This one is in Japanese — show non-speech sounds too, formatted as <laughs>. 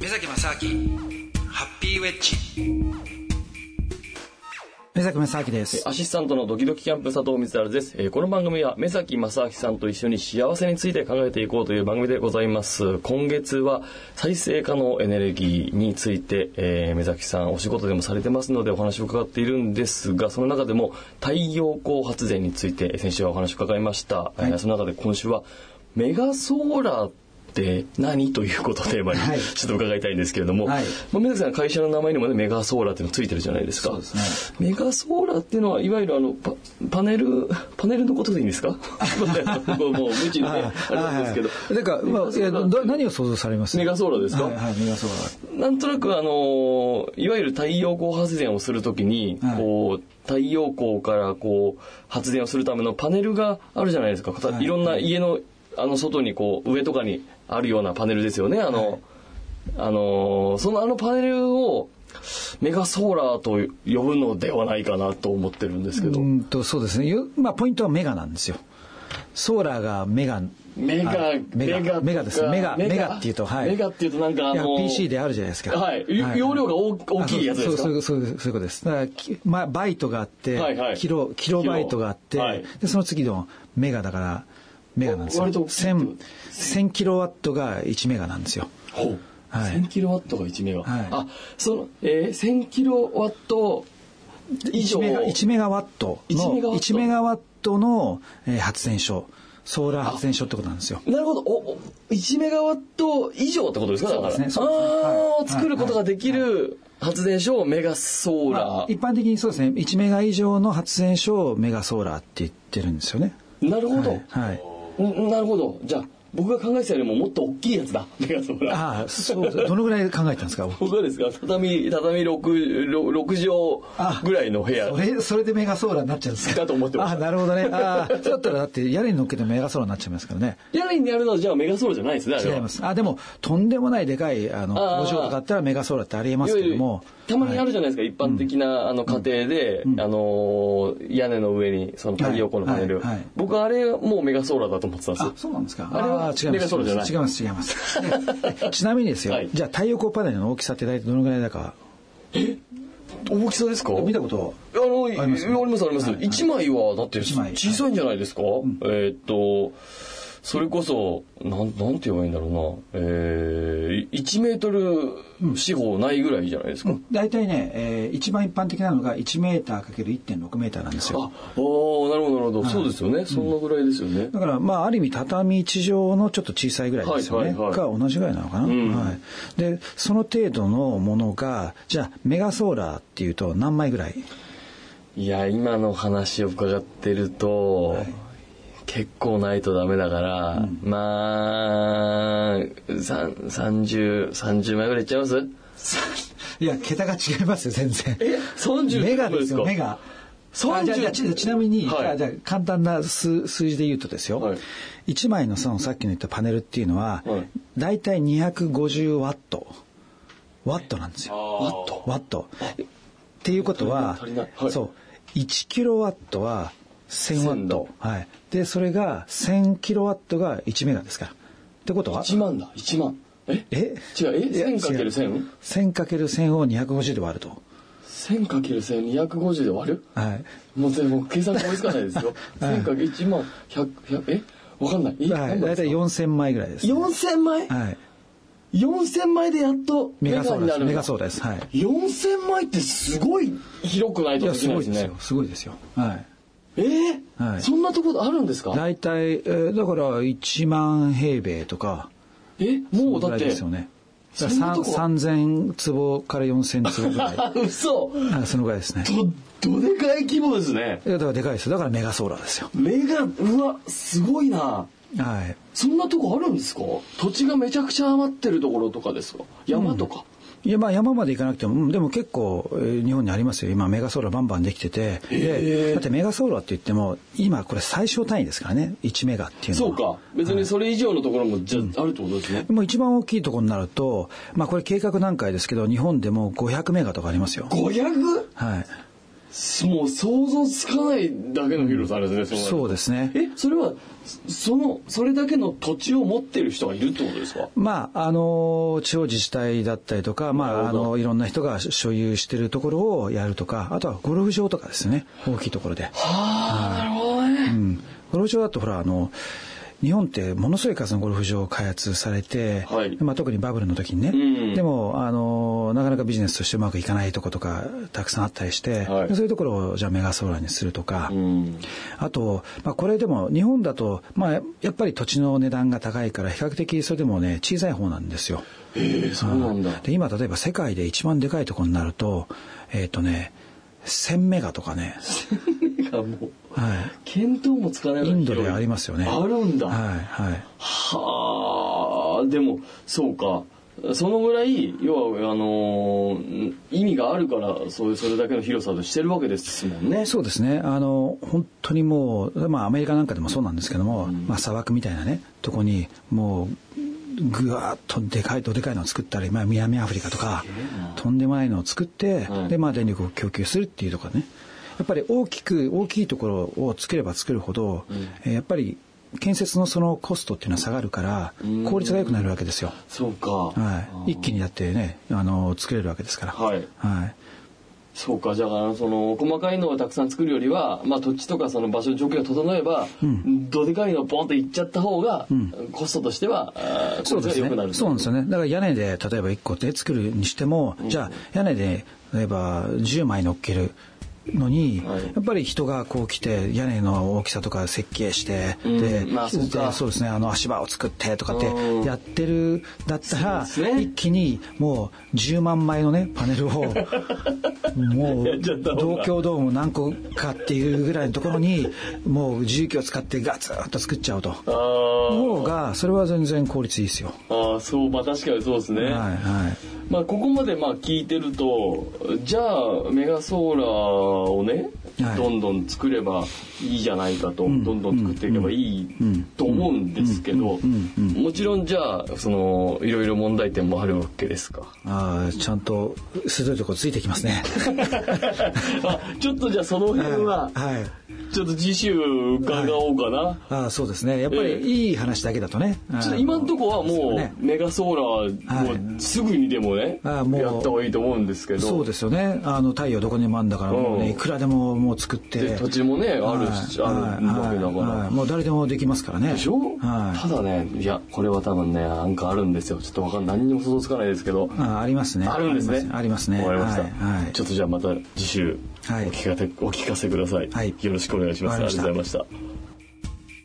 目崎正明ハッピーウェッジ目崎正明です。アシスタントのドキドキキャンプ佐藤光晴です。えーこの番組は目崎正明さんと一緒に幸せについて考えていこうという番組でございます。今月は再生可能エネルギーについて、えー目崎さんお仕事でもされてますのでお話を伺っているんですが、その中でも太陽光発電について先週はお話を伺いました。えーその中で今週はメガソーラーって何ということをテーマに、はいちょっと伺いたいんですけれども、はいまあ、目崎さんの会社の名前にもねメガソーラーっていうのついてるじゃないですかそうですねメガソーラーっていうのはいわゆるあのパパネルパネルのことでいいんで <laughs> すかもうもう無知のねあれなんですけど、だから、まあいやど何を想像されますメガソーラーですか、はいはい、メガソーなんとなくあのーいわゆる太陽光発電をするときに、はいこう太陽光からこう発電をするためのパネルがあるじゃないですか、はいい、ろんな家のあの外にこう上とかにあるようなパネルですよねあの、はいあのーそのあのパネルをメガソーラーと呼ぶのではないかなと思ってるんですけラー。ど、うんと、そうですね。よまあ、ポイントはメガなんですよ。ソーラーがメガ。メガあメガとかメガですメガメガっていうとはいメガっていうとなんかあいやのー PC であるじゃないですか。はい容量が大大きいやつですかあそうそうそうそうそういうことです。だからきまあバイトがあって、はいはいキロキロバイトがあって、キロはいでその次のメガだからメガなんですよ。お割と大きいってこと1000 1000キロワットが1メガなんですよ。ほう。はい1000キロワットが1メガ。はいあ、その、えー、1000キロワット以1上。メガ1メガワットの1メガワット1メガワットの、えー発電所、ソーラー発電所ってことなんですよ。なるほど。お、お1メガワット以上ってことですかそうですねだかそらうですねあーはい作ることができる発電所をメガソーまあラー。一般的にそうですね1メガ以上の発電所をメガソーラーって言ってるんですよね。なるほど、はいはいんなるほど。じゃあ、僕が考えてたよりももっと大きいやつだ。メガソーラー。ああ、そう、どのぐらい考えたんですか <laughs> 僕はですが、畳、畳6、六畳ぐらいの部屋そ。れそれでメガソーラーになっちゃうんですかだと思ってましたあなるほどねあーそうだったらだって屋根に乗っけてメガソーラーになっちゃいますからね屋根にやるのはじゃあメガソーラーじゃないですね、あれは違いますあでもとんでもないでかいあのあー工場とかあったらメガソーラーってありえますけどもいわゆるたまにあるじゃないですか、一般的なあの家庭で、あのー屋根の上にその太陽光のパネル、はいはいはい僕あれもうメガソーラーだと思ってたんですあよそうなんですかあれはあー違いメまガすソーラーじゃない違います違いますね <laughs> えちなみにですよ、はいじゃあ太陽光パネルの大きさって大体どのぐらいだか大きさですか見たことあのあありりまますすありますはい1枚はだって一枚小さいんじゃないですか、えーっとそれこそなんなんて言えばいいんだろうな、えー、1メートル四方ないぐらいじゃないですか、大体ね、えー一番一般的なのが1メーター ×1.6 メーターなんですよああーなるほどなるほど、そうですよねそんなぐらいですよね、だから、まあ、ある意味、畳一畳のちょっと小さいぐらいですよね。はいはいはいが同じぐらいなのかな、んはい。で、その程度のものが、じゃあ、メガソーラーっていうと何枚ぐらいいや今の話を伺ってると、結構ないとダメだから、まあさん3030枚ぐらいいっちゃいます <laughs> いや、桁が違いますよ、全然。え30メガですよ、メメガ。 30あじゃあじゃあちちなみに、はいじゃあじゃあ簡単な数数字で言うとですよ、はい一1枚のそのさっきの言ったパネルっていうのは、はいだいたい250ワットワットなんですよワットワット。っていうことは、足りない足りないはいそう、1キロワットは1000ワッ1000ト。はい。で、それが1000キロワットが1メガですから。ってことは、 1万だ1万ええ違ういえや違う 1000×1000?1000×1000 1000かける1000を250で割ると。 250で割るはい。もう全部計算が追いつかないですよ <laughs> はい 1000×1 万100えわかんないえはい。何だい枚でたすいか4000枚ぐらいです、 4000枚、はい。 4000枚でやっとメメガガソにーラーなるです。メガソーラーです。はい。 4000枚ってすごい広くないいとや、ですきないごでいすですねよ。すごいですよ。はい。えーはいそんなところあるんですかだいたい、えーだから1万平米とか、えもうだぐらっいてですよね。そんなとこ3000坪から4000坪 <laughs> ぐらい。あ嘘あそのぐらいですね。どどでかい規模ですねいやだからでかいですよ。だからメガソーラーですよ。目がうわすごいなはい。そんなとこあるんですか土地がめちゃくちゃ余ってるところとかですか山とか、いやまあ山まで行かなくても、うんでも結構、えー日本にありますよ。今メガソーラーバンバンできてて。へでーだってメガソーラーって言っても、今これ最小単位ですからね。1メガっていうのそは。うか別にそれ以上のところもじゃ、あるってことですねもう一番大きいところになると、まあこれ計画段階ですけど、日本でも500メガとかありますよ。 500? はい。もう想像つかないだけの広さあるんですね、そうですねえそれはそのそれだけの土地を持っている人がいるってことですかまあ、あの地方自治体だったりとか、まあ、なあるほどのいろんな人が所有しているところをやるとかあとはゴルフ場とかですね大きいところで、ああなるほどうねん、ゴルフ場だとほらあの日本ってものすごい数のゴルフ場を開発されて、はいまあ、特にバブルの時にね、うんでもあのなかなかビジネスとしてうまくいかないとことかたくさんあったりして、はいでそういうところをじゃあメガソーラーにするとか、うんあと、まあ、これでも日本だと、まあ、ややっぱり土地の値段が高いから比較的それでもね小さい方なんですよ。ええそうなんだで今例えば世界で一番でかいところになるとえっ、とね1000メガとか <laughs> ね、なんかもうは見当もつかない、いぐイらいンド広いでありますよね。あるんだはいはいはあでもそうかそのぐらい要はあのー意味があるからそういうそれだけの広さとしてるわけですもんねそうですねあの本当にもう、まあ、アメリカなんかでもそうなんですけども、まあ、砂漠みたいなねとこにもうぐわっとでかいとでかいのを作ったり、まあ、南アフリカとかとんでもないのを作って、はいでまあ、電力を供給するっていうとかねやっぱり大きく大きいところを作れば作るほど、えーやっぱり建設のそのコストっていうのは下がるからん効率が良くなるわけですよ。そうか、はい、一気にだってねあの作れるわけですから。はいはいそうかじゃああのその細かいのをたくさん作るよりは、まあ、土地とかその場所条件が整えば、どでかいのをポンっていっちゃった方が、コストとしてはあーそうです効率が良くなね。るそうなんですよね。だから屋根で例えば1個で作るにしても、じゃあ屋根で例えば10枚乗っける。のに、はいやっぱり人がこう来て屋根の大きさとか設計して、うんで,、まあそうかでそうですねあの足場を作ってとかってうんやってるだったら、そうですね一気にもう10万枚のねパネル <laughs> をもうやっちゃった方が東京ドーム何個かっていうぐらいのところにもう重機を使ってガツッと作っちゃうとあー方がそれは全然効率いいですよ。あーそうまあ確かにそうですね、はいはい。まあ、ここまでまあ聞いてるとじゃあメガソーラーをね、はいどんどん作ればいいじゃないかと、どんどん作っていけばいいと思うんですけど、もちろんじゃあそのいろいろ問題点もあるわけですかああ、ちゃんと鋭いとこついてきます <laughs> ね。あちょっとじゃあその辺ははい。ちょっと次週伺おうかな、ああ、そうですね。やっぱええりいい話だけだとね。ちょっと今のとこはそうもねうメガソーラはいーもうすぐにでもね、あもうやった方がいいと思うんですけどそうですよね。あの太陽どこにもあるんだから、もううんね、いくらでももう作って。で土地もねあるし、あるわけだから。はいはいもう誰でもできますからね。でしょ、はい。ただねいやこれは多分ねなんかあるんですよちょっとわかん何にも想像つかないですけどああ、ありますね。あるんですねありますね。わかりました、はい。はいちょっとじゃあまた次週おはい聞かせ、お聞かせください、はいよろしくお願いしますありわかがとりうまごしたざいました